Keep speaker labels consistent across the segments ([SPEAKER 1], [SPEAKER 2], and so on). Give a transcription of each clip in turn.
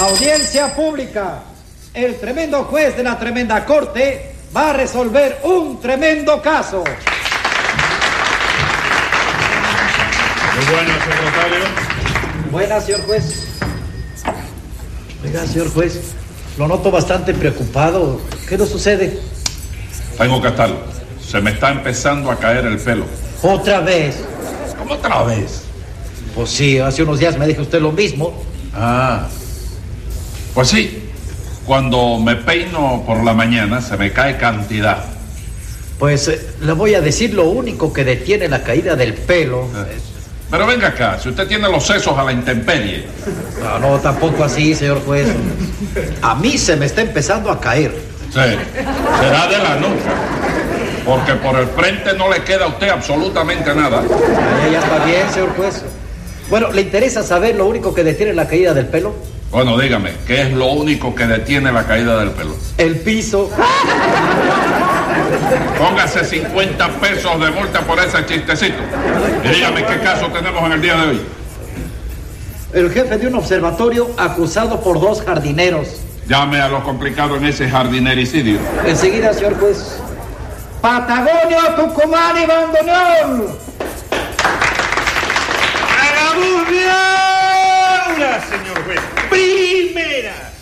[SPEAKER 1] Audiencia pública. El tremendo juez de la tremenda corte va a resolver un tremendo caso.
[SPEAKER 2] Muy bueno, secretario.
[SPEAKER 1] Buenas, señor juez. Oiga, señor juez, lo noto bastante preocupado. ¿Qué nos sucede?
[SPEAKER 2] Tengo que estarlo. Se me está empezando a caer el pelo.
[SPEAKER 1] Otra vez.
[SPEAKER 2] ¿Cómo otra vez?
[SPEAKER 1] Pues sí, hace unos días me dijo usted lo mismo.
[SPEAKER 2] Ah. Pues sí. Cuando me peino por la mañana se me cae cantidad.
[SPEAKER 1] Pues eh, le voy a decir lo único que detiene la caída del pelo.
[SPEAKER 2] Ah. Pero venga acá, si usted tiene los sesos a la intemperie.
[SPEAKER 1] No, no, tampoco así, señor juez. A mí se me está empezando a caer.
[SPEAKER 2] Sí. Será de la nuca. Porque por el frente no le queda a usted absolutamente nada.
[SPEAKER 1] Ya, ya está bien, señor juez. Bueno, ¿le interesa saber lo único que detiene la caída del pelo?
[SPEAKER 2] Bueno, dígame, ¿qué es lo único que detiene la caída del pelo?
[SPEAKER 1] El piso.
[SPEAKER 2] Póngase 50 pesos de multa por ese chistecito. Y dígame qué caso tenemos en el día de hoy.
[SPEAKER 1] El jefe de un observatorio acusado por dos jardineros.
[SPEAKER 2] Llame a lo complicado en ese jardinericidio.
[SPEAKER 1] Enseguida, señor juez. Patagonia, Tucumán y Bandoneón.
[SPEAKER 3] Hagamos la aula, señor juez. Primera.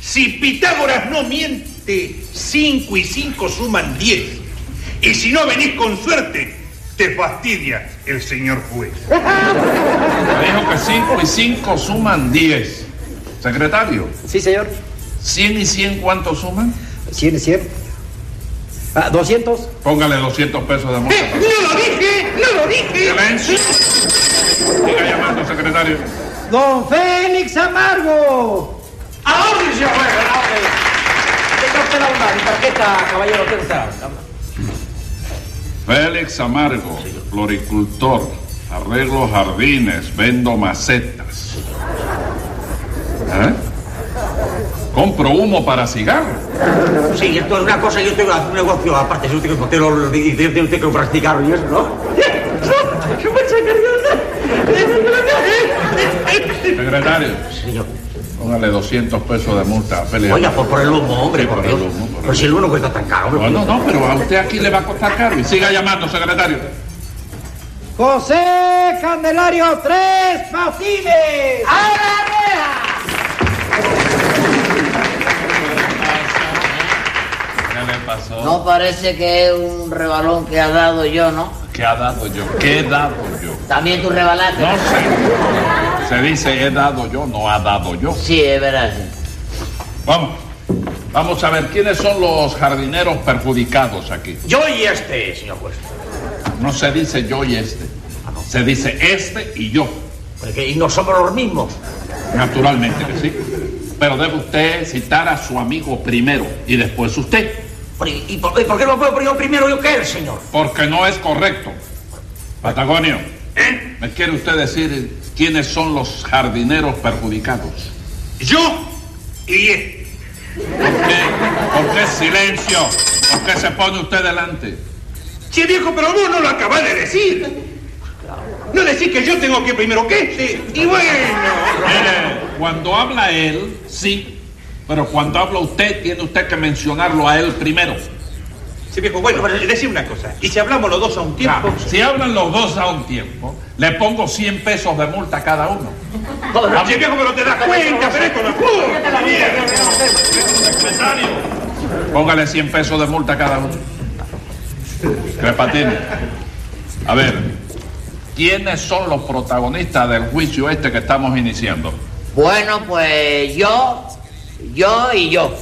[SPEAKER 3] Si Pitágoras no miente, 5 y 5 suman 10. Y si no venís con suerte, te fastidia el señor juez.
[SPEAKER 2] Me dijo que 5 y 5 suman 10. Secretario,
[SPEAKER 1] Sí, señor.
[SPEAKER 2] 100 y 100 cuánto suman?
[SPEAKER 1] 100 y 100. Ah, 200.
[SPEAKER 2] Póngale 200 pesos de multa.
[SPEAKER 3] ¡Eh! ¡No lo dije! ¡No lo dije!
[SPEAKER 2] Silencio. Siga llamando, secretario.
[SPEAKER 1] Don Félix Amargo.
[SPEAKER 3] ¡Ahora ya
[SPEAKER 4] eh. Tenga usted la una mi tarjeta, caballero, ¿qué está?
[SPEAKER 2] Félix Amargo, floricultor. Arreglo jardines, vendo macetas. ¿Eh? Compro humo para cigarro.
[SPEAKER 4] Sí, esto es una cosa, yo tengo un negocio aparte, yo tengo que lo- y yo tengo que practicarlo y eso, ¿no?
[SPEAKER 2] Secretario,
[SPEAKER 4] Señor.
[SPEAKER 2] póngale 200 pesos de multa a Félix.
[SPEAKER 4] Oiga, pues por, por el humo, hombre,
[SPEAKER 2] Sí, por
[SPEAKER 4] por
[SPEAKER 2] el
[SPEAKER 4] Dios.
[SPEAKER 2] humo, por el
[SPEAKER 4] Pero si el humo no cuesta tan caro, hombre.
[SPEAKER 2] No, no, no, pero a usted aquí le va a costar caro. Y siga llamando, secretario.
[SPEAKER 1] José Candelario Tres Patines.
[SPEAKER 2] ¿Qué le pasó?
[SPEAKER 5] No parece que es un rebalón que ha dado yo, ¿no?
[SPEAKER 2] ¿Qué ha dado yo? ¿Qué he dado yo?
[SPEAKER 5] También tú rebalaste.
[SPEAKER 2] No sé. Se dice he dado yo, no ha dado yo.
[SPEAKER 5] Sí, es verdad. sí.
[SPEAKER 2] Vamos. Vamos a ver quiénes son los jardineros perjudicados aquí.
[SPEAKER 4] Yo y este, señor juez.
[SPEAKER 2] No se dice yo y este. Se dice este y yo.
[SPEAKER 4] Porque, y no somos los mismos.
[SPEAKER 2] Naturalmente que sí. Pero debe usted citar a su amigo primero y después usted.
[SPEAKER 4] Por- ¿Y, y por, y por qué no puedo yo primero yo que él, señor?
[SPEAKER 2] Porque no es correcto. Patagonio, ¿me quiere usted decir quiénes son los jardineros perjudicados?
[SPEAKER 3] Yo y este.
[SPEAKER 2] ¿Por qué, por qué silencio? ¿Por qué se pone usted delante?
[SPEAKER 3] Che, viejo, pero vos no lo acabás de decir. No decís que yo tengo que primero que este. Y bueno.
[SPEAKER 2] Mire, cuando habla él, sí. Pero cuando habla usted, tiene usted que mencionarlo a él primero.
[SPEAKER 3] Che, viejo, bueno, pero decir una cosa. ¿Y si hablamos los dos a un tiempo?
[SPEAKER 2] Si hablan los dos a un tiempo, le pongo 100 pesos de multa a cada uno.
[SPEAKER 3] Ah, Che, viejo, pero te das cuenta, pero esto no es justo.
[SPEAKER 2] Secretario. Póngale 100 pesos de multa a cada uno. Crepatini. A ver, ¿quiénes son los protagonistas del juicio este que estamos iniciando?
[SPEAKER 5] Bueno, pues yo, yo y yo.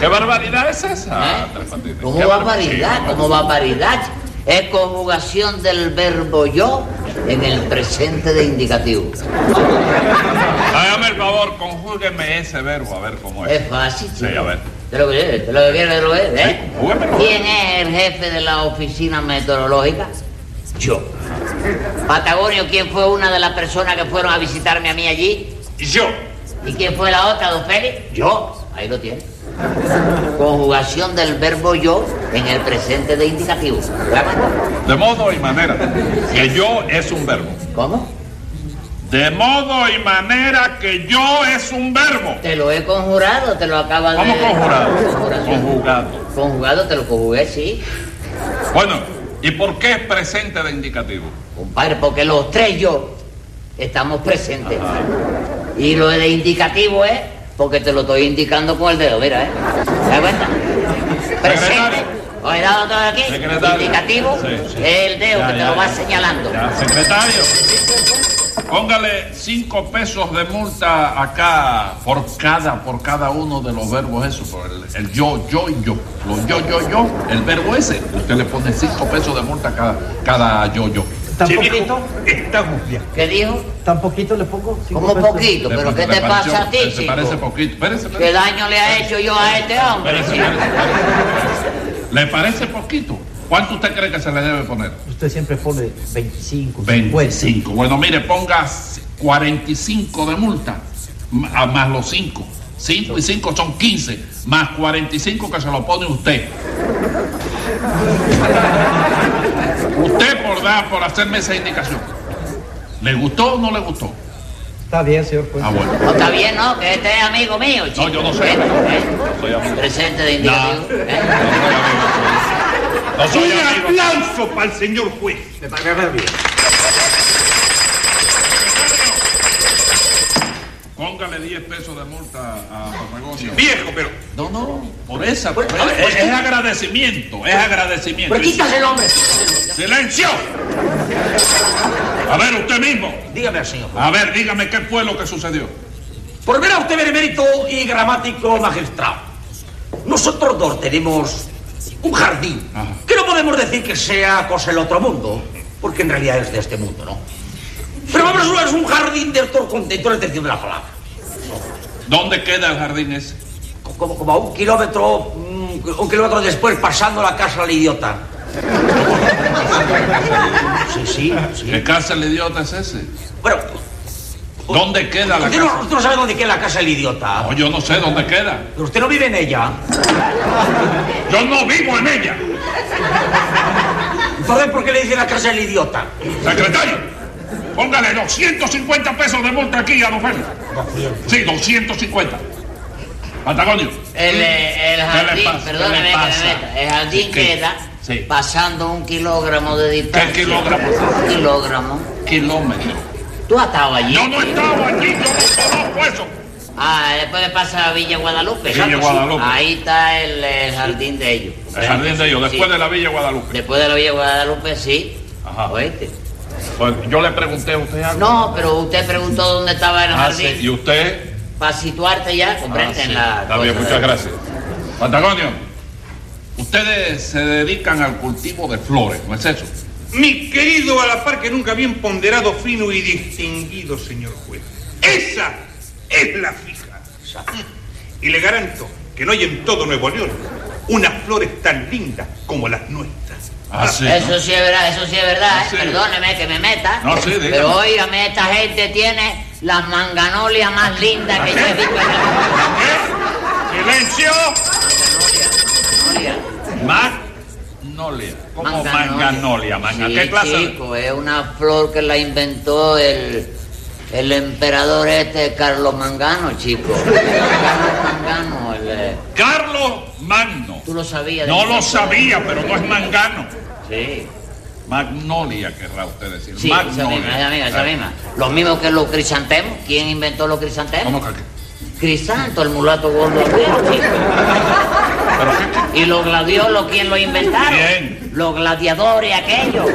[SPEAKER 2] ¿Qué barbaridad es esa?
[SPEAKER 5] ¿Eh?
[SPEAKER 2] Tres Patines?
[SPEAKER 5] Como
[SPEAKER 2] ¿Qué
[SPEAKER 5] barbaridad,
[SPEAKER 2] barbaridad?
[SPEAKER 5] como barbaridad. Es conjugación del verbo yo en el presente de indicativo.
[SPEAKER 2] Hágame el favor, conjúgueme ese verbo, a ver cómo es.
[SPEAKER 5] Es fácil,
[SPEAKER 2] Sí,
[SPEAKER 5] chico.
[SPEAKER 2] a ver.
[SPEAKER 5] De lo que es, de lo que viene, de lo que es, ¿eh?
[SPEAKER 2] Sí, júgamelo.
[SPEAKER 5] ¿Quién es el jefe de la oficina meteorológica? Yo. Patagonio, ¿quién fue una de las personas que fueron a visitarme a mí allí?
[SPEAKER 3] Yo.
[SPEAKER 5] ¿Y quién fue la otra, don Félix? Yo. Ahí lo tiene. Conjugación del verbo yo en el presente de indicativo. Claro.
[SPEAKER 2] De modo y manera que yo es un verbo.
[SPEAKER 5] ¿Cómo?
[SPEAKER 2] De modo y manera que yo es un verbo.
[SPEAKER 5] Te lo he conjurado, te lo acabas
[SPEAKER 2] ¿Cómo
[SPEAKER 5] de...
[SPEAKER 2] Eh, conjurado?
[SPEAKER 5] Conjuración.
[SPEAKER 2] Conjugado.
[SPEAKER 5] Conjugado, te lo conjugué, sí.
[SPEAKER 2] Bueno, ¿y por qué es presente de indicativo?
[SPEAKER 5] Compadre, porque los tres yo estamos presentes. Y lo de indicativo es porque te lo estoy indicando con el dedo, mira, ¿eh? ¿Te das cuenta? Presente.
[SPEAKER 2] Secretario.
[SPEAKER 5] Os he dado todo aquí.
[SPEAKER 2] Secretario.
[SPEAKER 5] Indicativo
[SPEAKER 2] Sí, sí.
[SPEAKER 5] es el dedo
[SPEAKER 2] Ya,
[SPEAKER 5] que te
[SPEAKER 2] ya,
[SPEAKER 5] lo va
[SPEAKER 2] ya.
[SPEAKER 5] señalando.
[SPEAKER 2] Ya, secretario, póngale cinco pesos de multa acá por cada, por cada uno de los verbos esos, por el, el yo, yo y yo. Los yo, yo, yo, el verbo ese, usted le pone cinco pesos de multa a cada, cada yo, yo.
[SPEAKER 3] Che,
[SPEAKER 1] Tampoco,
[SPEAKER 3] viejo, estamos bien.
[SPEAKER 5] ¿Qué dijo?
[SPEAKER 1] tampoquito le pongo cinco
[SPEAKER 5] Como
[SPEAKER 1] pesos.
[SPEAKER 5] poquito, pero ¿qué
[SPEAKER 2] Le
[SPEAKER 5] te
[SPEAKER 2] pareció-
[SPEAKER 5] pasa a ti,
[SPEAKER 2] ¿Te parece
[SPEAKER 5] chico?
[SPEAKER 2] poquito? Espérese,
[SPEAKER 5] ¿Qué
[SPEAKER 2] espérese,
[SPEAKER 5] daño le ha hecho yo a este hombre,
[SPEAKER 2] espérese,
[SPEAKER 5] chico?
[SPEAKER 2] espérese, espérese. ¿Le parece poquito? ¿Cuánto usted cree que se le debe poner?
[SPEAKER 1] Usted siempre pone 25, 50.
[SPEAKER 2] 25. Bueno, mire, ponga 45 de multa, m- a- más los 5. 5 y 5 son 15, más 45 que se lo pone usted. Usted por dar, por hacerme esa indicación. ¿Le gustó o no le gustó?
[SPEAKER 1] Está bien, señor juez.
[SPEAKER 2] Ah, bueno.
[SPEAKER 5] No, está bien, ¿no? Que este es amigo mío, chico.
[SPEAKER 2] yo no soy
[SPEAKER 5] ¿Eh?
[SPEAKER 2] amigo.
[SPEAKER 5] ¿Eh?
[SPEAKER 2] Soy amigo.
[SPEAKER 5] Presente
[SPEAKER 2] No,
[SPEAKER 5] de indicativo. ¿eh?
[SPEAKER 2] no soy
[SPEAKER 3] Un
[SPEAKER 2] amigo.
[SPEAKER 3] aplauso para el señor juez.
[SPEAKER 4] Me parece bien.
[SPEAKER 2] Póngale 10 pesos de multa a Patagonia.
[SPEAKER 3] Viejo, pero.
[SPEAKER 2] No, no, por esa. por
[SPEAKER 4] Pues,
[SPEAKER 2] esa.
[SPEAKER 4] a ver, pues,
[SPEAKER 2] es, es agradecimiento, es agradecimiento.
[SPEAKER 4] Pero quítase el hombre.
[SPEAKER 2] ¡Silencio! A ver, usted mismo.
[SPEAKER 4] Dígame, señor.
[SPEAKER 2] A ver, dígame qué fue lo que sucedió.
[SPEAKER 4] Por ver a usted benemérito y gramático magistrado. Nosotros dos tenemos un jardín
[SPEAKER 2] Ajá.
[SPEAKER 4] que no podemos decir que sea cosa del otro mundo, porque en realidad es de este mundo, ¿no? Pero vamos a es un jardín de estos contenedores de la palabra.
[SPEAKER 2] ¿Dónde queda el jardín ese?
[SPEAKER 4] Como, como a un kilómetro, mm, un kilómetro después pasando la casa del idiota. Sí, sí, sí.
[SPEAKER 2] ¿Qué cárcel idiota es ese?
[SPEAKER 4] Bueno,
[SPEAKER 2] ¿Dónde queda la
[SPEAKER 4] usted no,
[SPEAKER 2] cárcel?
[SPEAKER 4] usted no sabe dónde queda la casa del idiota.
[SPEAKER 2] No, yo no sé dónde queda.
[SPEAKER 4] Pero usted no vive en ella.
[SPEAKER 2] Yo no vivo en ella.
[SPEAKER 4] Entonces, ¿por qué le dice la casa del idiota?
[SPEAKER 2] Secretario, póngale 250 pesos de multa aquí a don Félix. Sí, 250. Patagonio.
[SPEAKER 5] El, eh, el
[SPEAKER 2] ¿Qué le
[SPEAKER 5] jardín,
[SPEAKER 2] pasa?
[SPEAKER 5] perdóneme
[SPEAKER 2] ¿Qué le
[SPEAKER 5] que me
[SPEAKER 2] pasa?
[SPEAKER 5] meta, el jardín
[SPEAKER 2] Sí, ¿qué?
[SPEAKER 5] queda
[SPEAKER 2] Sí.
[SPEAKER 5] pasando un kilogramo de distancia.
[SPEAKER 2] kilogramo?
[SPEAKER 5] Un kilogramo.
[SPEAKER 2] Kilómetro.
[SPEAKER 5] Tú has estado allí.
[SPEAKER 2] Yo no estaba allí, yo no conozco eso.
[SPEAKER 5] Ah, después que pasa a Villa Guadalupe.
[SPEAKER 2] Villa
[SPEAKER 5] Exacto, sí.
[SPEAKER 2] Guadalupe.
[SPEAKER 5] Ahí está el, el jardín de ellos.
[SPEAKER 2] El jardín de ellos, después de la Villa Guadalupe.
[SPEAKER 5] Después de la Villa Guadalupe, sí.
[SPEAKER 2] Ajá.
[SPEAKER 5] ¿Oíste?
[SPEAKER 2] Pues yo le pregunté a usted algo.
[SPEAKER 5] No, pero usted preguntó dónde estaba el
[SPEAKER 2] Ah, sí,
[SPEAKER 5] jardín.
[SPEAKER 2] ¿Y usted?
[SPEAKER 5] Para situarte ya,
[SPEAKER 2] Ah,
[SPEAKER 5] comprende,
[SPEAKER 2] sí.
[SPEAKER 5] en la...
[SPEAKER 2] Está bien,
[SPEAKER 5] cosa.
[SPEAKER 2] muchas gracias. Patagonio, ustedes se dedican al cultivo de flores, ¿no es eso?
[SPEAKER 3] Mi querido a la par que nunca bien ponderado, fino y distinguido, señor juez. Esa es la fija. Y le garanto que no hay en todo Nuevo León unas flores tan lindas como las nuestras.
[SPEAKER 2] Ah, sí.
[SPEAKER 5] Eso sí es verdad, eso sí es verdad,
[SPEAKER 2] Ah,
[SPEAKER 5] ¿eh?
[SPEAKER 2] sí.
[SPEAKER 5] perdóneme que me meta.
[SPEAKER 2] No, sí, dígame.
[SPEAKER 5] Pero óigame, esta gente tiene las manganolias más lindas que yo he visto en la
[SPEAKER 2] ¡Silencio!
[SPEAKER 5] Magnolia.
[SPEAKER 2] Magnolia. ¿Cómo magnolia? Magna-
[SPEAKER 5] Sí,
[SPEAKER 2] ¿Qué clase? de-
[SPEAKER 5] chico, es una flor que la inventó el, el emperador este, Carlos Mangano, chico. Carlos Mangano, el, eh,
[SPEAKER 2] Carlos Magno.
[SPEAKER 5] tú lo sabías. de
[SPEAKER 2] No lo
[SPEAKER 5] momento,
[SPEAKER 2] sabía, pero no es mangano.
[SPEAKER 5] Sí.
[SPEAKER 2] Magnolia querrá usted decir.
[SPEAKER 5] Sí, esa misma, esa misma, esa
[SPEAKER 2] Ah,
[SPEAKER 5] misma. Lo mismo que los crisantemos. ¿Quién inventó los crisantemos?
[SPEAKER 2] ¿Cómo que? qué?
[SPEAKER 5] Crisanto, el mulato gordo aquel, chico.
[SPEAKER 2] ¿Pero qué? qué?
[SPEAKER 5] ¿Y los gladiolos quién los inventaron?
[SPEAKER 2] ¿Quién?
[SPEAKER 5] Los gladiadores aquellos.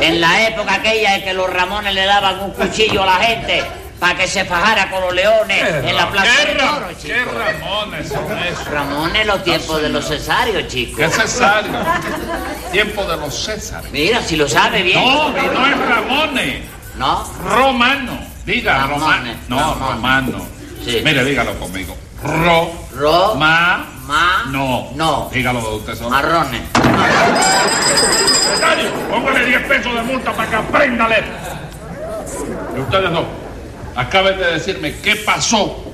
[SPEAKER 5] En la época aquella en que los Ramones le daban un cuchillo a la gente para que se fajara con los leones en la plaza
[SPEAKER 2] ¿Qué,
[SPEAKER 5] de
[SPEAKER 2] ra-
[SPEAKER 5] Toro, chico.
[SPEAKER 2] qué ramones son esos?
[SPEAKER 5] Ramones los tiempos de los cesáreos, chico.
[SPEAKER 2] ¿Qué César? Tiempo de los Césares.
[SPEAKER 5] Mira, si lo sabe bien.
[SPEAKER 2] No, no es Ramones.
[SPEAKER 5] ¿No?
[SPEAKER 2] Romano. Diga, Romano.
[SPEAKER 5] Ramones,
[SPEAKER 2] No,
[SPEAKER 5] Ramones.
[SPEAKER 2] Romano.
[SPEAKER 5] Sí.
[SPEAKER 2] Mire, dígalo conmigo. Ro.
[SPEAKER 5] Ro-
[SPEAKER 2] Ma.
[SPEAKER 5] ma-
[SPEAKER 2] No.
[SPEAKER 5] no.
[SPEAKER 2] Dígalo de usted solo.
[SPEAKER 5] Marrones.
[SPEAKER 2] Secretario, póngale 10 pesos de multa para que aprenda a leer. Y ustedes no. Acaben de decirme qué pasó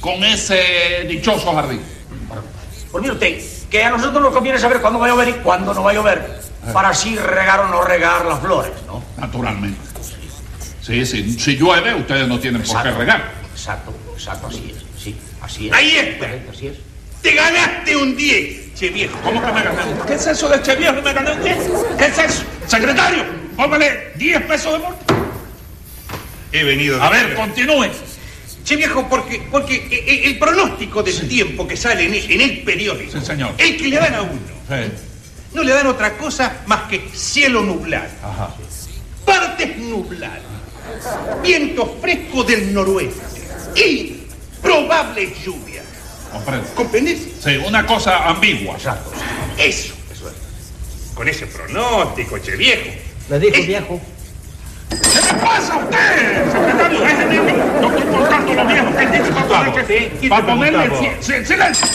[SPEAKER 2] con ese dichoso jardín.
[SPEAKER 4] Pues mire usted, que a nosotros nos conviene saber cuándo va a llover y cuándo no va a llover,
[SPEAKER 3] Ah.
[SPEAKER 4] para así regar o no regar las flores, ¿no?
[SPEAKER 2] Naturalmente. Sí, sí. Si llueve, ustedes no tienen por qué regar.
[SPEAKER 4] Exacto, exacto, así es. Sí, así es.
[SPEAKER 3] Ahí está.
[SPEAKER 4] Correcto, Así es.
[SPEAKER 3] Te ganaste un 10, che viejo.
[SPEAKER 2] ¿Cómo que me gané?
[SPEAKER 3] ¿Qué es eso de che viejo? ¿Me gané un 10? ¿Qué es eso? Secretario, póngale 10 pesos de multa. He venido.
[SPEAKER 2] A ver, continúen.
[SPEAKER 3] Che viejo, porque, porque e- e- el pronóstico del tiempo que sale en el, en el periódico,
[SPEAKER 2] Sí, señor.
[SPEAKER 3] el que le dan a uno,
[SPEAKER 2] Sí.
[SPEAKER 3] no le dan otra cosa más que cielo nublado,
[SPEAKER 2] Ajá.
[SPEAKER 3] partes nubladas, vientos frescos del noroeste y probable lluvia.
[SPEAKER 2] Comprendo.
[SPEAKER 3] ¿Comprendés?
[SPEAKER 2] Sí, una cosa ambigua.
[SPEAKER 4] Exacto. sí.
[SPEAKER 3] Eso. Con ese pronóstico, che viejo. Eh,
[SPEAKER 6] Le dijo el viejo.
[SPEAKER 2] ¿Qué le pasa a usted, secretario? Déjeme a mí. No estoy contando lo viejo que tiene para ponerle- para ponerle cien- cien- silencio.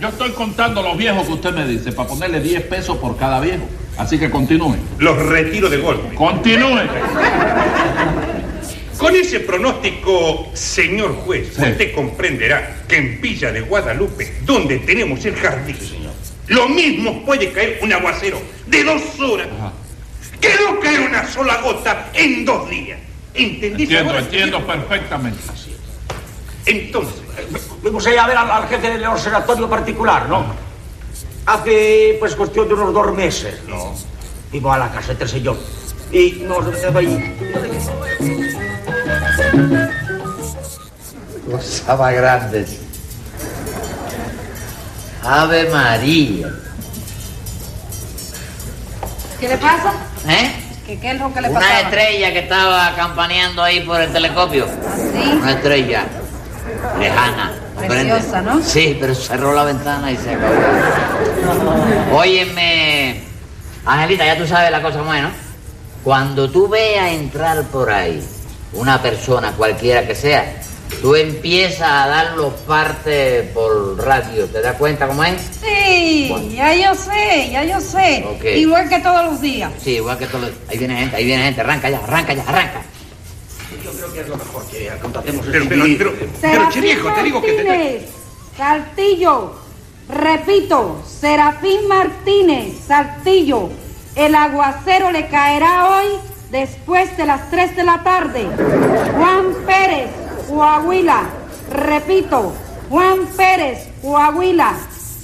[SPEAKER 2] Yo estoy contando los viejos que usted me dice, para ponerle 10 pesos por cada viejo. Así que continúe.
[SPEAKER 3] Los retiro de golpe.
[SPEAKER 2] Continúe.
[SPEAKER 3] Con ese pronóstico, señor juez,
[SPEAKER 2] Sí.
[SPEAKER 3] usted comprenderá que en Villa de Guadalupe, donde tenemos el jardín, lo mismo puede caer un aguacero de dos horas que no caer una sola gota en dos días. ¿Entendiste?
[SPEAKER 2] Entiendo, entiendo perfectamente.
[SPEAKER 3] Entonces,
[SPEAKER 4] Fuimos ahí Pues a ver al, al jefe del observatorio particular, ¿no? Hace, pues, cuestión de unos dos meses, ¿no? Fuimos a la casa del señor y nos dejó ahí.
[SPEAKER 5] Cosa más grande. Ave María.
[SPEAKER 7] ¿Qué le pasa?
[SPEAKER 5] ¿Eh?
[SPEAKER 7] ¿Qué, qué es lo que le pasa?
[SPEAKER 5] Una estrella que estaba campaneando ahí por el telescopio. Una
[SPEAKER 7] Sí.
[SPEAKER 5] estrella lejana. ¿comprende?
[SPEAKER 7] Preciosa, ¿no?
[SPEAKER 5] Sí, pero cerró la ventana y se acabó. Óyeme, Angelita, ya tú sabes la cosa buena. Cuando tú veas entrar por ahí una persona, cualquiera que sea, tú empiezas a dar los partes por radio. ¿Te das cuenta cómo es?
[SPEAKER 7] Sí, ya yo sé, ya yo sé.
[SPEAKER 5] Ok.
[SPEAKER 7] Igual que todos los días.
[SPEAKER 5] Sí, igual que todo. Ahí viene gente, ahí viene gente. Arranca ya, arranca ya, arranca.
[SPEAKER 4] Yo creo que es lo mejor que contratemos
[SPEAKER 3] pero, pero, pero, pero, che viejo, te digo que te-
[SPEAKER 7] Martínez, Saltillo, repito, Serafín Martínez, Saltillo, el aguacero le caerá hoy después de las 3 de la tarde. Juan Pérez, Coahuila, repito, Juan Pérez, Coahuila,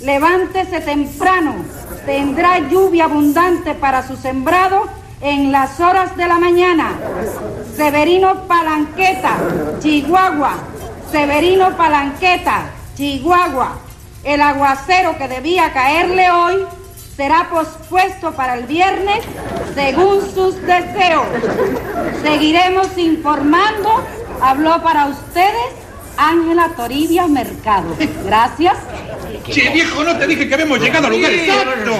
[SPEAKER 7] levántese temprano, tendrá lluvia abundante para su sembrado en las horas de la mañana. Severino Palanqueta, Chihuahua, Severino Palanqueta, Chihuahua. El aguacero que debía caerle hoy será pospuesto para el viernes según sus deseos. Seguiremos informando. Habló para ustedes Ángela Toribia Mercado. Gracias.
[SPEAKER 3] Che viejo, no te dije que habíamos llegado al lugar exacto.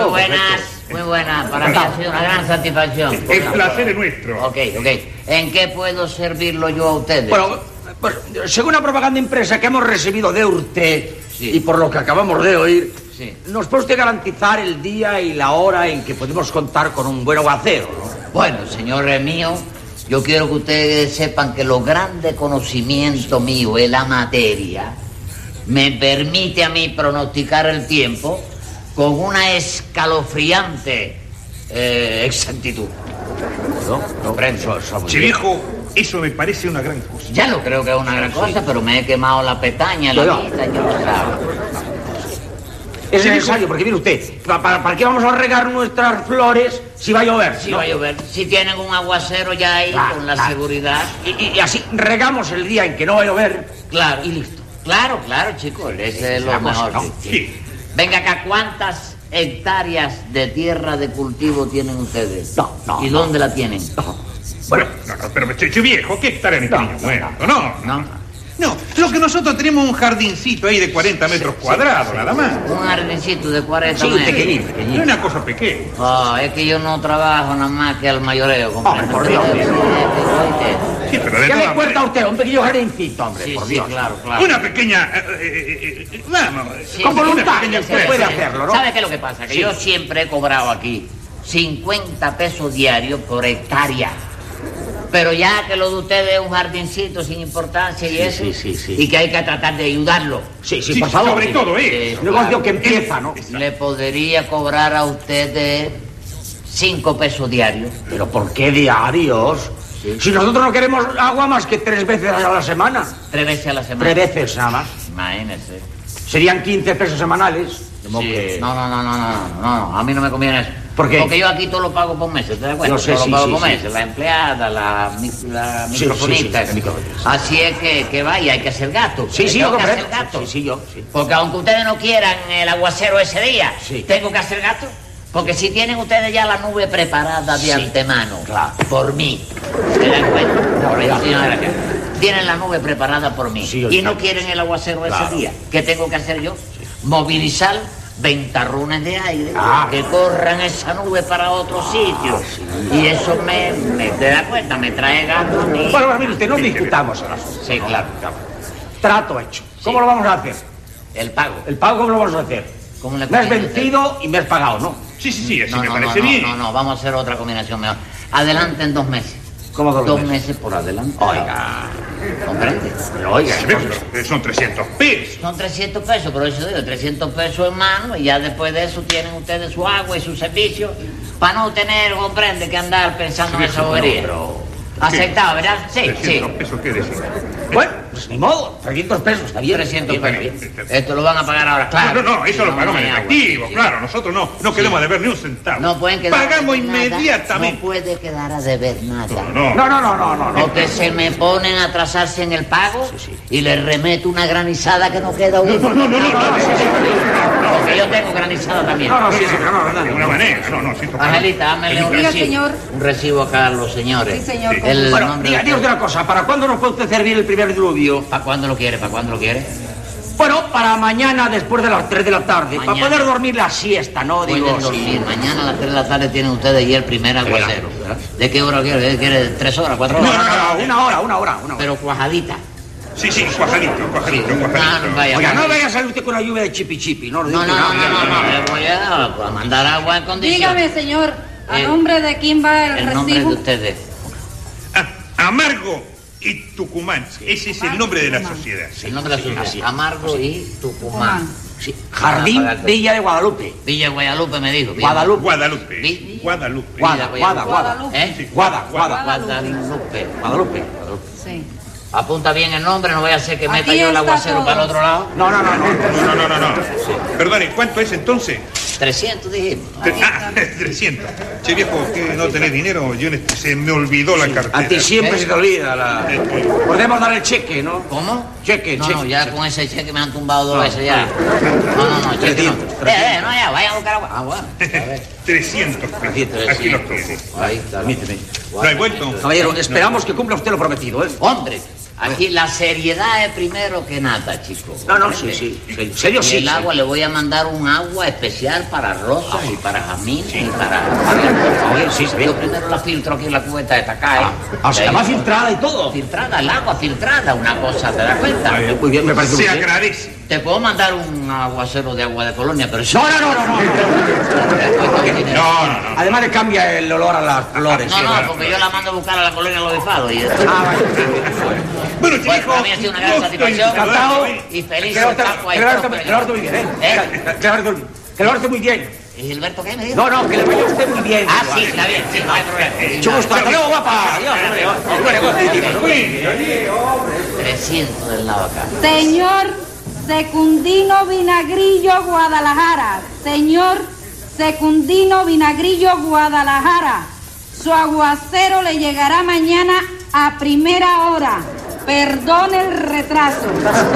[SPEAKER 5] Muy buenas, muy buenas. Para mí ha sido una gran satisfacción.
[SPEAKER 3] El placer es nuestro.
[SPEAKER 5] Ok, ok. ¿En qué puedo servirlo yo a ustedes?
[SPEAKER 4] Bueno, pues, según la propaganda impresa que hemos recibido de usted
[SPEAKER 5] Sí.
[SPEAKER 4] y por lo que acabamos de oír,
[SPEAKER 5] Sí.
[SPEAKER 4] nos puede usted garantizar el día y la hora en que podemos contar con un buen aguacero, ¿no?
[SPEAKER 5] Bueno, señores míos, yo quiero que ustedes sepan que lo grande conocimiento mío en la materia me permite a mí pronosticar el tiempo con una escalofriante eh, exactitud.
[SPEAKER 4] ¿No? no eso- eso muy
[SPEAKER 3] Che
[SPEAKER 4] bien.
[SPEAKER 3] viejo, eso me parece una gran cosa.
[SPEAKER 5] Ya no creo que es una gran cosa, pero me he quemado la pestaña, la
[SPEAKER 4] Cuidado.
[SPEAKER 5] vista, yo no sé.
[SPEAKER 4] Es necesario, porque mire usted, pa- ¿para, para qué vamos a regar nuestras flores si va a llover?
[SPEAKER 5] Si
[SPEAKER 4] ¿no?
[SPEAKER 5] va a llover, si tienen un aguacero ya ahí
[SPEAKER 4] Claro,
[SPEAKER 5] con la
[SPEAKER 4] claro.
[SPEAKER 5] seguridad,
[SPEAKER 4] Y, y- y así regamos el día en que no va a llover.
[SPEAKER 5] claro. Y listo. Claro, claro, chicos, ese es
[SPEAKER 4] la
[SPEAKER 5] lo
[SPEAKER 4] cosa,
[SPEAKER 5] mejor.
[SPEAKER 4] ¿no?
[SPEAKER 5] sí, sí.
[SPEAKER 3] Sí.
[SPEAKER 5] Venga acá, ¿cuántas hectáreas de tierra de cultivo tienen ustedes?
[SPEAKER 4] No, no,
[SPEAKER 5] ¿Y
[SPEAKER 4] no.
[SPEAKER 5] dónde la tienen?
[SPEAKER 3] Bueno, no, no, pero che, che viejo, ¿qué estará en el
[SPEAKER 4] No,
[SPEAKER 3] niño
[SPEAKER 4] no,
[SPEAKER 3] muerto? No,
[SPEAKER 5] ¿No?
[SPEAKER 3] No, lo que nosotros tenemos es un jardincito ahí de 40 metros cuadrados, nada más.
[SPEAKER 5] Un jardincito de 40
[SPEAKER 4] Sí,
[SPEAKER 5] metros.
[SPEAKER 4] pequeñito,
[SPEAKER 3] No es
[SPEAKER 4] pequeñito.
[SPEAKER 3] una cosa pequeña.
[SPEAKER 5] Ah, es que yo no trabajo nada más que al mayoreo.
[SPEAKER 4] Hombre, por Dios.
[SPEAKER 5] Sí, sí,
[SPEAKER 3] Sí, pero de
[SPEAKER 4] ¿Qué le
[SPEAKER 3] todas
[SPEAKER 4] cuesta
[SPEAKER 3] maneras,
[SPEAKER 4] a usted? Un pequeño jardincito, hombre,
[SPEAKER 5] Sí,
[SPEAKER 4] por
[SPEAKER 5] sí,
[SPEAKER 4] Dios.
[SPEAKER 5] claro, claro.
[SPEAKER 3] Una pequeña. eh, eh, eh, eh, vamos,
[SPEAKER 5] Sí,
[SPEAKER 4] Con
[SPEAKER 5] sí,
[SPEAKER 4] voluntad,
[SPEAKER 5] una pequeña
[SPEAKER 4] se puede
[SPEAKER 5] empresa.
[SPEAKER 4] hacerlo, ¿no?
[SPEAKER 5] ¿Sabe qué es lo que pasa? Que
[SPEAKER 4] Sí.
[SPEAKER 5] yo siempre he cobrado aquí 50 pesos diarios por hectárea. Pero ya que lo de ustedes es un jardincito sin importancia y
[SPEAKER 4] Sí,
[SPEAKER 5] eso,
[SPEAKER 4] sí, sí, sí.
[SPEAKER 5] y que hay que tratar de ayudarlo.
[SPEAKER 4] Sí, sí,
[SPEAKER 3] Sí,
[SPEAKER 4] por favor.
[SPEAKER 3] sobre todo, ¿eh?
[SPEAKER 5] Sí,
[SPEAKER 4] Negocio
[SPEAKER 5] claro.
[SPEAKER 4] que empieza, ¿no?
[SPEAKER 5] Le podría cobrar a ustedes cinco pesos diarios.
[SPEAKER 4] Pero ¿por qué diarios? Si nosotros no queremos agua más que tres veces a la semana.
[SPEAKER 5] Tres veces a la semana.
[SPEAKER 4] Tres veces nada más.
[SPEAKER 5] Imagínense.
[SPEAKER 4] Serían 15 pesos semanales. Como
[SPEAKER 5] Sí.
[SPEAKER 4] que-
[SPEAKER 5] No, no, no, no, no, no, no, a mí no me conviene eso.
[SPEAKER 4] ¿Por qué?
[SPEAKER 5] Porque yo aquí todo lo pago por meses, ¿te das cuenta?
[SPEAKER 4] Yo sé,
[SPEAKER 5] todo
[SPEAKER 4] sí,
[SPEAKER 5] lo pago
[SPEAKER 4] sí,
[SPEAKER 5] por
[SPEAKER 4] sí.
[SPEAKER 5] meses, la empleada, la, mi- la
[SPEAKER 4] Sí, sí,
[SPEAKER 5] microfonista.
[SPEAKER 4] sí, la microfonista.
[SPEAKER 5] Así es que, que vaya, hay que hacer gasto.
[SPEAKER 4] Sí, sí, yo
[SPEAKER 5] tengo que
[SPEAKER 4] comprendo.
[SPEAKER 5] hacer gasto.
[SPEAKER 4] Sí, sí, yo, sí.
[SPEAKER 5] Porque aunque ustedes no quieran el aguacero ese día,
[SPEAKER 4] Sí.
[SPEAKER 5] tengo que hacer gasto. Porque si tienen ustedes ya la nube preparada de
[SPEAKER 4] Sí,
[SPEAKER 5] antemano,
[SPEAKER 4] claro.
[SPEAKER 5] por mí, ¿se dan cuenta? Por
[SPEAKER 4] ya.
[SPEAKER 5] encima de la cara. Tienen la nube preparada por mí.
[SPEAKER 4] Sí,
[SPEAKER 5] y
[SPEAKER 4] oiga.
[SPEAKER 5] no quieren el aguacero ese
[SPEAKER 4] Claro.
[SPEAKER 5] día. ¿Qué tengo que hacer yo? Movilizar ventarrones de aire
[SPEAKER 4] Ah.
[SPEAKER 5] que corran esa nube para otro sitio. Y eso me, me te da cuenta, me trae gasto a mí.
[SPEAKER 4] Bueno, bueno, mire usted, no discutamos el asunto.
[SPEAKER 5] Sí, claro.
[SPEAKER 4] Trato hecho. ¿Cómo lo vamos a hacer?
[SPEAKER 5] El pago.
[SPEAKER 4] ¿El pago cómo lo vamos a hacer?
[SPEAKER 5] ¿Cómo le
[SPEAKER 4] me has
[SPEAKER 5] conviene a usted?
[SPEAKER 4] vencido y me has pagado, ¿no?
[SPEAKER 3] Sí, sí, sí, así
[SPEAKER 5] no,
[SPEAKER 3] me
[SPEAKER 5] no,
[SPEAKER 3] parece
[SPEAKER 5] no, no,
[SPEAKER 3] bien.
[SPEAKER 5] No, no, vamos a hacer otra combinación mejor. Adelante en dos meses.
[SPEAKER 4] ¿Cómo dos
[SPEAKER 5] Dos
[SPEAKER 4] meses?
[SPEAKER 5] meses, por adelante.
[SPEAKER 4] Oiga,
[SPEAKER 5] ¿Comprende?
[SPEAKER 4] pero oiga,
[SPEAKER 3] Sí, pero Son 300 pesos.
[SPEAKER 5] Son 300 pesos, por eso digo, 300 pesos en mano y ya después de eso tienen ustedes su agua y su servicio para no tener, comprende, que andar pensando en esa bobería. Aceptado, ¿verdad? Sí, sí.
[SPEAKER 3] 300 pesos, ¿qué decir?
[SPEAKER 4] bueno, pues ni modo, 300 pesos, está bien.
[SPEAKER 5] 300
[SPEAKER 4] está bien.
[SPEAKER 5] pesos. Esto lo van a pagar ahora,
[SPEAKER 3] No,
[SPEAKER 5] claro.
[SPEAKER 3] no, no, eso
[SPEAKER 5] Si
[SPEAKER 3] lo pagamos
[SPEAKER 5] hay
[SPEAKER 3] en
[SPEAKER 5] agua.
[SPEAKER 3] efectivo,
[SPEAKER 5] Sí.
[SPEAKER 3] claro. Nosotros no, no queremos deber ni un centavo.
[SPEAKER 5] No pueden quedar a
[SPEAKER 3] Pagamos
[SPEAKER 5] deber nada, No
[SPEAKER 3] inmediatamente.
[SPEAKER 5] puede quedar a deber nada.
[SPEAKER 3] No,
[SPEAKER 4] No, no, no, no, no. no.
[SPEAKER 5] Porque se me ponen a atrasarse en el pago
[SPEAKER 4] sí.
[SPEAKER 5] y les remeto una granizada que no queda uno. No, no, no, Porque yo tengo granizada también.
[SPEAKER 4] No, no, sí, sí, pero no, no, no.
[SPEAKER 3] de ninguna manera. No, no, siento
[SPEAKER 5] Angelita, dámele un
[SPEAKER 7] Diga,
[SPEAKER 5] recibo.
[SPEAKER 7] señor.
[SPEAKER 5] Un recibo acá a los señores.
[SPEAKER 7] Sí, señor.
[SPEAKER 5] El
[SPEAKER 4] Bueno,
[SPEAKER 5] nombre
[SPEAKER 4] diga,
[SPEAKER 5] de-
[SPEAKER 4] diga usted una cosa, ¿para cuándo nos puede usted servir el primer diluvio?
[SPEAKER 5] ¿Para cuándo lo quiere? ¿Para cuándo lo quiere?
[SPEAKER 4] Bueno, para mañana después de las 3 de la tarde, para
[SPEAKER 5] Mañana.
[SPEAKER 4] poder dormir la siesta, ¿no?
[SPEAKER 5] Pueden
[SPEAKER 4] Digo, sí.
[SPEAKER 5] dormir. Mañana a las 3 de la tarde tienen ustedes ya el primer aguacero. ¿De qué hora quiere? ¿Quiere tres horas, cuatro
[SPEAKER 4] No,
[SPEAKER 5] horas?
[SPEAKER 4] no, no, una hora, una hora, una hora.
[SPEAKER 5] Pero cuajadita.
[SPEAKER 3] Sí, sí, cuajadito, cuajadito,
[SPEAKER 5] No, no, vaya.
[SPEAKER 3] cuajadito.
[SPEAKER 4] Oiga, no vaya a salir usted con una lluvia de chipi chipi, no lo digo
[SPEAKER 5] No, no, no,
[SPEAKER 4] nada.
[SPEAKER 5] no, no, no. Le voy a a mandar agua en
[SPEAKER 7] Dígame,
[SPEAKER 5] condiciones.
[SPEAKER 7] señor, ¿a
[SPEAKER 5] Eh,
[SPEAKER 7] nombre de quién va el,
[SPEAKER 5] El nombre de
[SPEAKER 7] recibo?
[SPEAKER 5] ustedes.
[SPEAKER 3] Ah, Amargo y Tucumán. Ese es el nombre de la sociedad. sí.
[SPEAKER 5] El nombre de la ciudad. Amargo y Tucumán.
[SPEAKER 4] Sí, Jardín Villa de Guadalupe.
[SPEAKER 5] Villa Guadalupe me dijo. Villa-
[SPEAKER 4] Guadalupe.
[SPEAKER 3] Guadalupe.
[SPEAKER 5] Sí.
[SPEAKER 3] Guadalupe.
[SPEAKER 4] Guada, Guada, Guada.
[SPEAKER 7] Guadalupe.
[SPEAKER 5] ¿Eh?
[SPEAKER 4] Guada, Guada.
[SPEAKER 5] Guadalupe.
[SPEAKER 4] Guadalupe.
[SPEAKER 7] Sí.
[SPEAKER 5] Apunta bien el nombre, no voy a hacer que meta
[SPEAKER 7] Aquí
[SPEAKER 5] yo el
[SPEAKER 7] está
[SPEAKER 5] aguacero
[SPEAKER 7] todo.
[SPEAKER 5] para el otro lado.
[SPEAKER 4] No, no, no, no.
[SPEAKER 3] No, no, no, no. no. Perdone, ¿cuánto es entonces?
[SPEAKER 5] 300 dijimos.
[SPEAKER 3] Tre- Ah, 300. Che, viejo, que no tenés dinero, yo en- este, se me olvidó la
[SPEAKER 4] A ti
[SPEAKER 3] cartera.
[SPEAKER 4] siempre
[SPEAKER 5] ¿Eh?
[SPEAKER 4] se te olvida la...
[SPEAKER 3] Eh,
[SPEAKER 4] Podemos dar el cheque, ¿no?
[SPEAKER 5] ¿Cómo?
[SPEAKER 4] Cheque,
[SPEAKER 5] no,
[SPEAKER 4] cheque,
[SPEAKER 5] No, ya
[SPEAKER 4] cheque.
[SPEAKER 5] con ese cheque me han tumbado dos veces ya. No, no, no, cheque no.
[SPEAKER 4] 300,
[SPEAKER 5] Eh, eh, no, ya, vayan a buscar agua. Ah, bueno.
[SPEAKER 3] 300 pesos. Aquí los tengo.
[SPEAKER 5] Ahí está.
[SPEAKER 4] Permíteme.
[SPEAKER 3] ¿No he vuelto?
[SPEAKER 4] Caballero, esperamos que cumpla usted lo prometido, ¿eh?
[SPEAKER 5] Hombre, aquí la seriedad es primero que nada, chico.
[SPEAKER 4] No, no, sí, sí. En serio,
[SPEAKER 5] Y
[SPEAKER 4] sí.
[SPEAKER 5] el
[SPEAKER 4] sí.
[SPEAKER 5] agua le voy a mandar un agua especial para rosas y para jazmín y
[SPEAKER 4] A
[SPEAKER 5] para.
[SPEAKER 4] ver, por favor, Ah, sí, sí.
[SPEAKER 5] Yo primero la filtro aquí en la cubeta de acá, ¿eh?
[SPEAKER 4] Ah, o sea,
[SPEAKER 5] Ahí.
[SPEAKER 4] va filtrada y todo.
[SPEAKER 5] Filtrada, el agua filtrada, una cosa, ¿te das cuenta?
[SPEAKER 4] Eh, Muy bien, me parece muy
[SPEAKER 3] Se
[SPEAKER 4] bien.
[SPEAKER 3] agradece.
[SPEAKER 5] Te puedo mandar un aguacero de agua de colonia, pero eso
[SPEAKER 4] No, no, no, no, no.
[SPEAKER 3] No, no, no.
[SPEAKER 4] Además le cambia el olor a las flores.
[SPEAKER 5] No, no, porque yo la mando a buscar a la colonia de los bifados y esto.
[SPEAKER 4] Ah,
[SPEAKER 3] Bueno, che,
[SPEAKER 5] Bueno,
[SPEAKER 3] viejo.
[SPEAKER 5] para mí ha sido una gran
[SPEAKER 3] gusto
[SPEAKER 5] satisfacción.
[SPEAKER 3] saludarlo, eh.
[SPEAKER 5] Y feliz
[SPEAKER 4] Que lo arte-
[SPEAKER 5] Pascua y
[SPEAKER 4] que lo arte-
[SPEAKER 5] próspero.
[SPEAKER 4] que lo arte muy bien, ¿eh?
[SPEAKER 5] ¿Eh?
[SPEAKER 4] Que lo arte- Que lo arte muy bien.
[SPEAKER 5] ¿Y Gilberto qué me dijo?
[SPEAKER 4] No, Eh, no, que le vaya a usted muy bien.
[SPEAKER 5] Ah, sí, está bien, sí, no hay problema.
[SPEAKER 4] Mucho gusto. Hasta luego, guapa. Adiós, adiós.
[SPEAKER 3] Bueno,
[SPEAKER 5] 300 del lado acá.
[SPEAKER 7] Señor Secundino Vinagrillo Guadalajara. Señor Secundino Vinagrillo Guadalajara. Su aguacero le llegará mañana a primera hora. Perdone el retraso.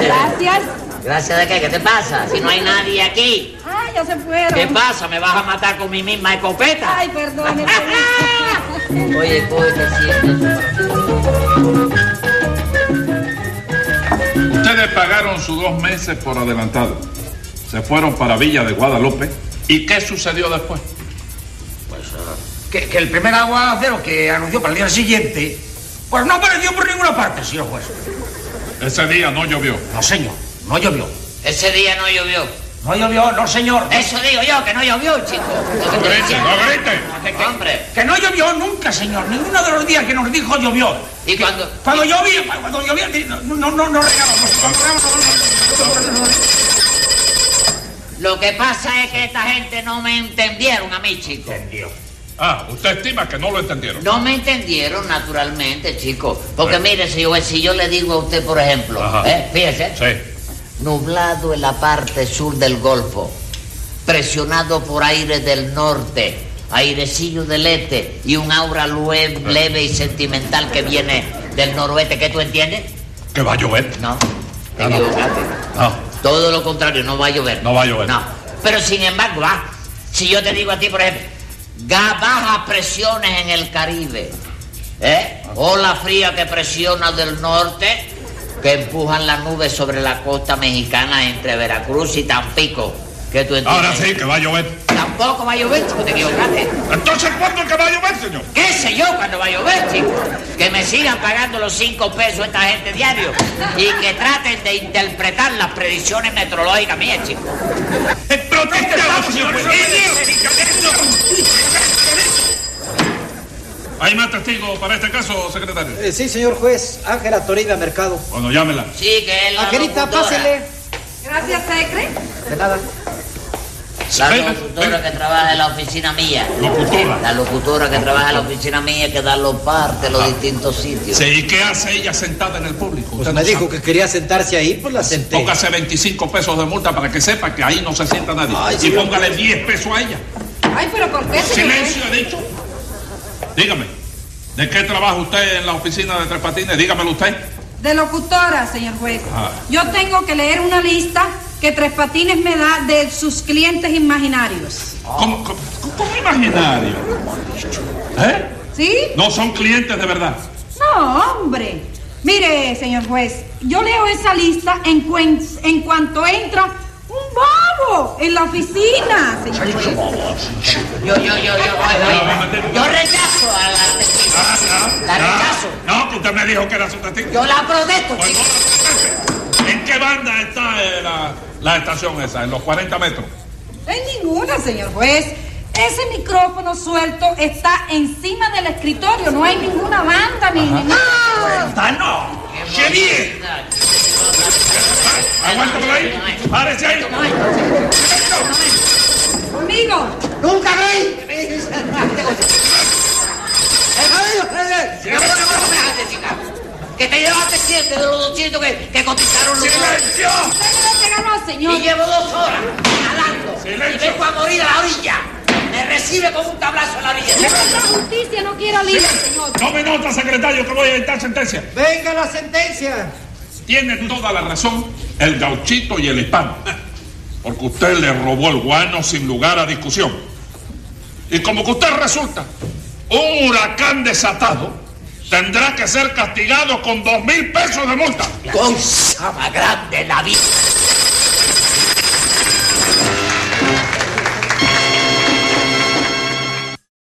[SPEAKER 7] Gracias.
[SPEAKER 5] Gracias de qué, ¿qué te pasa? Si no hay nadie aquí.
[SPEAKER 7] Ay, ya se fueron.
[SPEAKER 5] ¿Qué pasa? ¿Me vas a matar con mi misma escopeta?
[SPEAKER 7] Ay, perdone. perdone.
[SPEAKER 5] Oye, coño, siento.
[SPEAKER 2] Ustedes pagaron sus dos meses por adelantado. Se fueron para Villa de Guadalupe. ¿Y qué sucedió después?
[SPEAKER 4] Que, que el primer aguacero que anunció para el día siguiente, pues no apareció por ninguna parte, señor juez.
[SPEAKER 2] Ese día no llovió.
[SPEAKER 4] No, señor, no llovió.
[SPEAKER 5] Ese día no llovió.
[SPEAKER 4] No llovió, no señor.
[SPEAKER 5] Eso digo yo, que no llovió, chico.
[SPEAKER 2] No grites, no grites.
[SPEAKER 5] Hombre,
[SPEAKER 4] Que no llovió nunca, señor. Ninguno de los días que nos dijo llovió.
[SPEAKER 5] y cuando...
[SPEAKER 4] Cuando llovía, cuando llovía, no, no, no, no regábamos. Cuando regábamos, no, no, no, no, no, no.
[SPEAKER 5] Lo que pasa es que esta gente no me entendieron a mí, chico.
[SPEAKER 2] Ah, usted estima que no lo entendieron.
[SPEAKER 5] No me entendieron naturalmente, chico. Porque mire, si yo, si yo le digo a usted, por ejemplo,
[SPEAKER 2] Ajá.
[SPEAKER 5] ¿eh? fíjese,
[SPEAKER 2] Sí.
[SPEAKER 5] nublado en la parte sur del Golfo, presionado por aire del norte, airecillo del este y un aura lue- leve y sentimental que viene del noroeste. ¿Qué tú entiendes?
[SPEAKER 2] Que va a llover.
[SPEAKER 5] No. te
[SPEAKER 2] Ah, no.
[SPEAKER 5] equivocaste.
[SPEAKER 2] No.
[SPEAKER 5] Todo lo contrario, no va a llover.
[SPEAKER 2] No va a llover.
[SPEAKER 5] No. Pero sin embargo, ah, si yo te digo a ti, por ejemplo, ga- bajas presiones en el Caribe, ¿eh? Ola fría que presiona del norte, que empujan las nubes sobre la costa mexicana entre Veracruz y Tampico. ¿Qué tú entiendes?
[SPEAKER 2] Ahora sí, que va a llover.
[SPEAKER 5] Tampoco va a llover, chico, te equivocaste.
[SPEAKER 2] Entonces, ¿cuándo es que va a llover, señor?
[SPEAKER 5] ¿Qué sé yo cuando va a llover, chico? Que me sigan pagando los cinco pesos esta gente diario y que traten de interpretar las predicciones meteorológicas mías, chico.
[SPEAKER 3] ¡Protestamos, señor juez!
[SPEAKER 2] ¿Hay más testigos para este caso, secretario?
[SPEAKER 1] Eh, sí, señor juez, Ángela Torida Mercado.
[SPEAKER 2] Bueno, llámela.
[SPEAKER 5] Sí, que es la
[SPEAKER 1] Angelita,
[SPEAKER 5] locutora,
[SPEAKER 1] pásele.
[SPEAKER 7] Gracias, Secre.
[SPEAKER 1] De nada.
[SPEAKER 5] La
[SPEAKER 2] Venga,
[SPEAKER 5] locutora
[SPEAKER 2] venga.
[SPEAKER 5] que trabaja en la oficina mía.
[SPEAKER 2] Locutora.
[SPEAKER 5] La locutora que trabaja en la oficina mía que da los partes, los distintos sitios.
[SPEAKER 2] Ah. Sí, ¿Y qué hace ella sentada en el público?
[SPEAKER 1] Pues
[SPEAKER 2] Usted
[SPEAKER 1] me
[SPEAKER 2] no
[SPEAKER 1] dijo
[SPEAKER 2] sabe.
[SPEAKER 1] que quería sentarse ahí, pues la senté.
[SPEAKER 2] Póngase 25 pesos de multa para que sepa que ahí no se sienta nadie.
[SPEAKER 1] Ay,
[SPEAKER 2] y
[SPEAKER 1] señor.
[SPEAKER 2] póngale 10 pesos a ella.
[SPEAKER 7] Ay, pero ¿eh? ¿por qué, señor juez?
[SPEAKER 2] Silencio, he dicho. Dígame, ¿de qué trabaja usted en la oficina de Tres Patines? Dígamelo usted.
[SPEAKER 7] De locutora, señor juez.
[SPEAKER 2] Ah.
[SPEAKER 7] Yo tengo que leer una lista que Tres Patines me da de sus clientes imaginarios.
[SPEAKER 2] ¿Cómo, cómo, cómo imaginario? ¿Eh?
[SPEAKER 7] ¿Sí?
[SPEAKER 2] No son clientes de verdad.
[SPEAKER 7] No, hombre. Mire, señor juez, yo leo esa lista en, cuen- en cuanto entra un bobo en la oficina, señor juez.
[SPEAKER 5] Yo, yo, yo, yo, yo, yo, yo rechazo a la testigo.
[SPEAKER 2] Ah, ah,
[SPEAKER 5] La
[SPEAKER 2] ah.
[SPEAKER 5] rechazo.
[SPEAKER 2] No, que usted me dijo que era su testigo.
[SPEAKER 5] Yo la protesto,
[SPEAKER 2] Pues
[SPEAKER 5] chico.
[SPEAKER 2] no, ¿En qué banda está eh, la, la estación esa? ¿En los 40 metros?
[SPEAKER 7] En ninguna, señor juez. Ese micrófono suelto está encima del escritorio. No hay ninguna banda ni nada.
[SPEAKER 3] ¡Dano! ¡Qué bien!
[SPEAKER 2] Aguántame ahí. Párese ahí.
[SPEAKER 7] Conmigo.
[SPEAKER 6] ¡Nunca veis!
[SPEAKER 5] Que te llevaste siete de los 200 que, que cotizaron los dos.
[SPEAKER 2] ¡Silencio!
[SPEAKER 7] ¿Usted cree que ganó,
[SPEAKER 5] Y
[SPEAKER 7] señor?
[SPEAKER 5] llevo dos horas nadando. Y
[SPEAKER 2] Silencio.
[SPEAKER 5] vengo a morir a la orilla. Me recibe con un tablazo en la orilla.
[SPEAKER 7] La justicia no quiere lío, señor.
[SPEAKER 2] No me nota, secretario, que voy a dictar sentencia.
[SPEAKER 1] Venga la sentencia.
[SPEAKER 2] Tiene toda la razón el gauchito y el hispano. Porque usted le robó el guano sin lugar a discusión. Y como que usted resulta un huracán desatado, tendrá que ser castigado con dos mil pesos de multa.
[SPEAKER 5] Cosa más grande en la vida.